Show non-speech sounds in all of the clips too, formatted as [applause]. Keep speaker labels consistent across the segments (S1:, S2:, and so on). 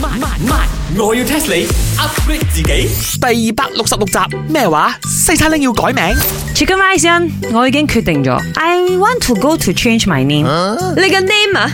S1: 慢慢慢，我要 test 你 upgrade 自己。
S2: 第二百六十六集咩話？西餐廳要改名？
S3: Chicken Rice 因我已經決定咗，I want to go to change my name。
S4: 你嘅 name 啊？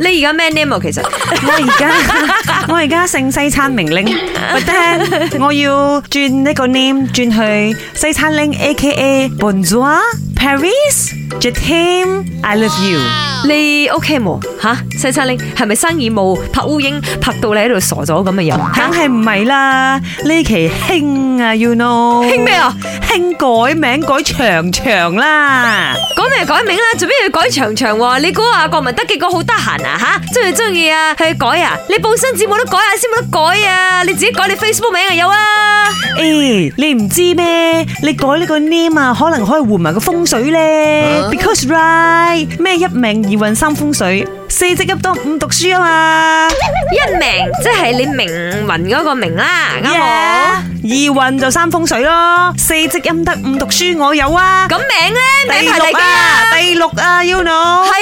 S4: 你而家咩 name 啊？
S3: [laughs]
S4: 其實
S3: 我而家 [laughs] 我而家姓西餐名拎，but then 我要轉呢個 name 轉去西餐拎 A K A Bonjour Paris j e t a m I love you。
S4: 你 OK 冇？吓，西餐拎係咪生意冇拍烏蠅拍到你喺度傻咗咁嘅人？
S3: 梗係唔係啦？呢期興啊，you know
S4: 興咩啊？
S3: 興改名改長長啦。
S4: 改名就改名啦，做咩要改長長喎？你估啊，郭文德結果好得閒啊吓，中意中意啊，去改啊？你報新字冇得改啊，先冇得改啊！你自己改你 Facebook 名啊有啊？
S3: 誒、你唔知咩？你改呢個 name 啊，可能可以換埋個風水咧。Because
S4: 啊
S3: right 咩一命二運三風水，四積一多五讀書啊嘛。
S4: 一名即係你命運嗰個名啦，啱啊冇？
S3: Yeah，二運就三風水咯，四積陰德五讀書我有啊。
S4: 咁名咧，
S3: 第
S4: 名排
S3: 六
S4: 第幾啊？
S3: 啊，第六啊，you know。
S4: 係啦，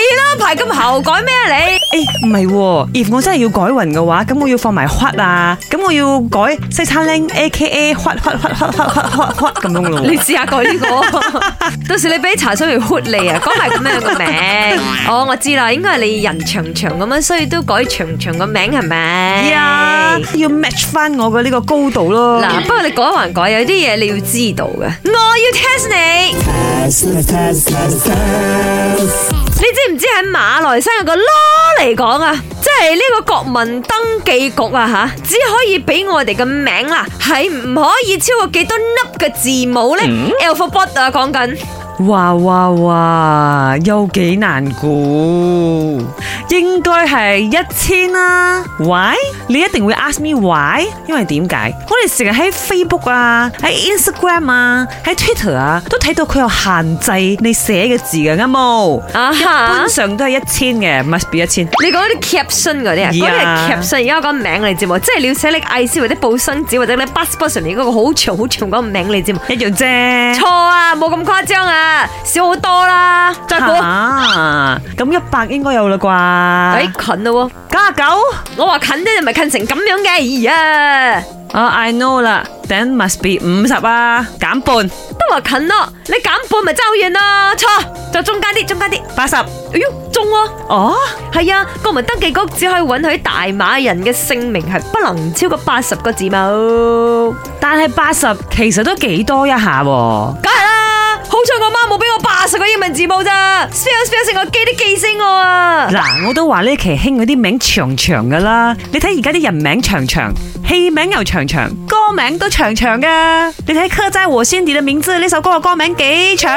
S4: 排咁後改咩啊你？
S3: 诶，唔係喎，if 我真係要改運嘅話，咁我要放埋屈啊，咁我要改西餐拎 A K A 屈屈屈屈屈屈屈咁樣咯
S4: [laughs] 你
S3: 喎。
S4: 試下改呢個，到 [laughs] 時你俾茶水嚟 hurt 你啊！講埋咁樣個名， [laughs] 哦，我知啦，應該係你人長長咁樣，所以都改長長個名係咪？
S3: 呀，要 match 翻我嘅呢個高度咯。
S4: 嗱，不過你改還改，有啲嘢你要知道嘅。我要 test 你，你知唔知喺馬來西亞個 law 嚟講啊，即係呢個國民登記局啊吓，只可以俾我哋嘅名啦，係唔可以超過幾多粒嘅字母咧？alphabet 啊，講緊。
S3: 哇哇哇，有幾難估？應該係一千啦。Why？你一定會 ask me why？因為點解？我哋成日喺 Facebook 啊，喺 Instagram 啊，喺 Twitter 啊，都睇到佢有限制你寫嘅字嘅，啱冇？
S4: 啊哈
S3: 通！常都係一千嘅，must be 一千。
S4: 你講啲 caption 嗰啲啊，嗰啲係
S3: Yeah
S4: caption，而家講名你知冇？即係你要寫你 IC 或者報生紙或者你 passport 上面嗰個好長好長嗰個名你知冇？
S3: 一樣啫
S4: 錯。啊，冇咁誇張啊，少好多啦。再估，
S3: 啊咁一百應該有啦啩？
S4: 誒哎近咯喎，
S3: 九啊九。
S4: 我話近啫，你咪近成咁樣嘅，咦呀，
S3: 哦、i know 啦，then must be 五十啊，減半
S4: 都話近咯，你減半咪爭好遠咯，錯，就中間啲，中間啲，
S3: 八十。
S4: 哎喲，中喎。
S3: 哦，
S4: 係啊，國民登記局只可以允許大馬人嘅姓名係不能超過八十個字母。
S3: 但係八十其實都幾多一下喎、
S4: 梗係啦，好彩我媽冇俾我八十個英文字母咋，spell spell 成個機都記死我啊！
S3: 嗱，我都話呢期興嗰啲名長長噶啦，你睇而家啲人名長長，戲名又長長，歌名都長長噶。你睇《刻在我心底的名字》呢首歌嘅歌名幾長？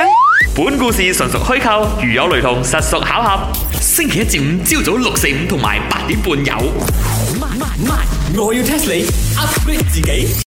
S1: 本故事純屬虛構，如有雷同，實屬巧合。星期一至五朝早六四五同埋八點半有。我要 test 你 upgrade 自己。